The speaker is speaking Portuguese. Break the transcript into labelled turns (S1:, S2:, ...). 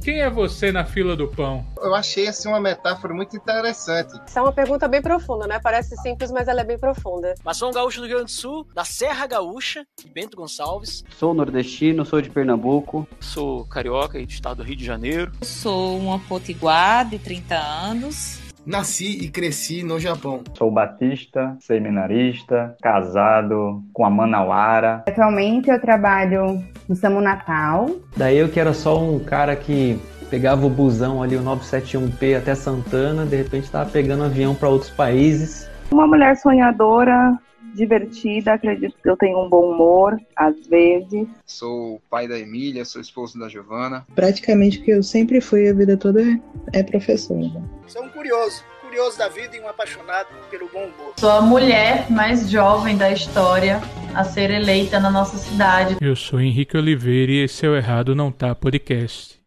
S1: Quem é você na fila do pão?
S2: Eu achei assim uma metáfora muito interessante.
S3: Essa é uma pergunta bem profunda, né? Parece simples, mas ela é bem profunda.
S4: Mas sou um gaúcho do Rio Grande do Sul, da Serra Gaúcha, de Bento Gonçalves.
S5: Sou nordestino, sou de Pernambuco.
S6: Sou carioca e do estado do Rio de Janeiro.
S7: Sou uma potiguar de 30 anos.
S8: Nasci e cresci no Japão.
S9: Sou batista, seminarista, casado com a Manauara.
S10: Atualmente eu trabalho no Samu Natal.
S11: Daí eu que era só um cara que pegava o busão ali, o 971P até Santana, de repente estava pegando avião para outros países.
S12: Uma mulher sonhadora, divertida, acredito que eu tenho um bom humor, às vezes.
S13: Sou pai da Emília, sou esposo da Giovana.
S14: Praticamente o que eu sempre fui a vida toda é professora.
S15: Sou um curioso, curioso da vida e um apaixonado pelo bom humor.
S16: Sou a mulher mais jovem da história a ser eleita na nossa cidade.
S1: Eu sou Henrique Oliveira e esse é o Errado Não Tá Podcast.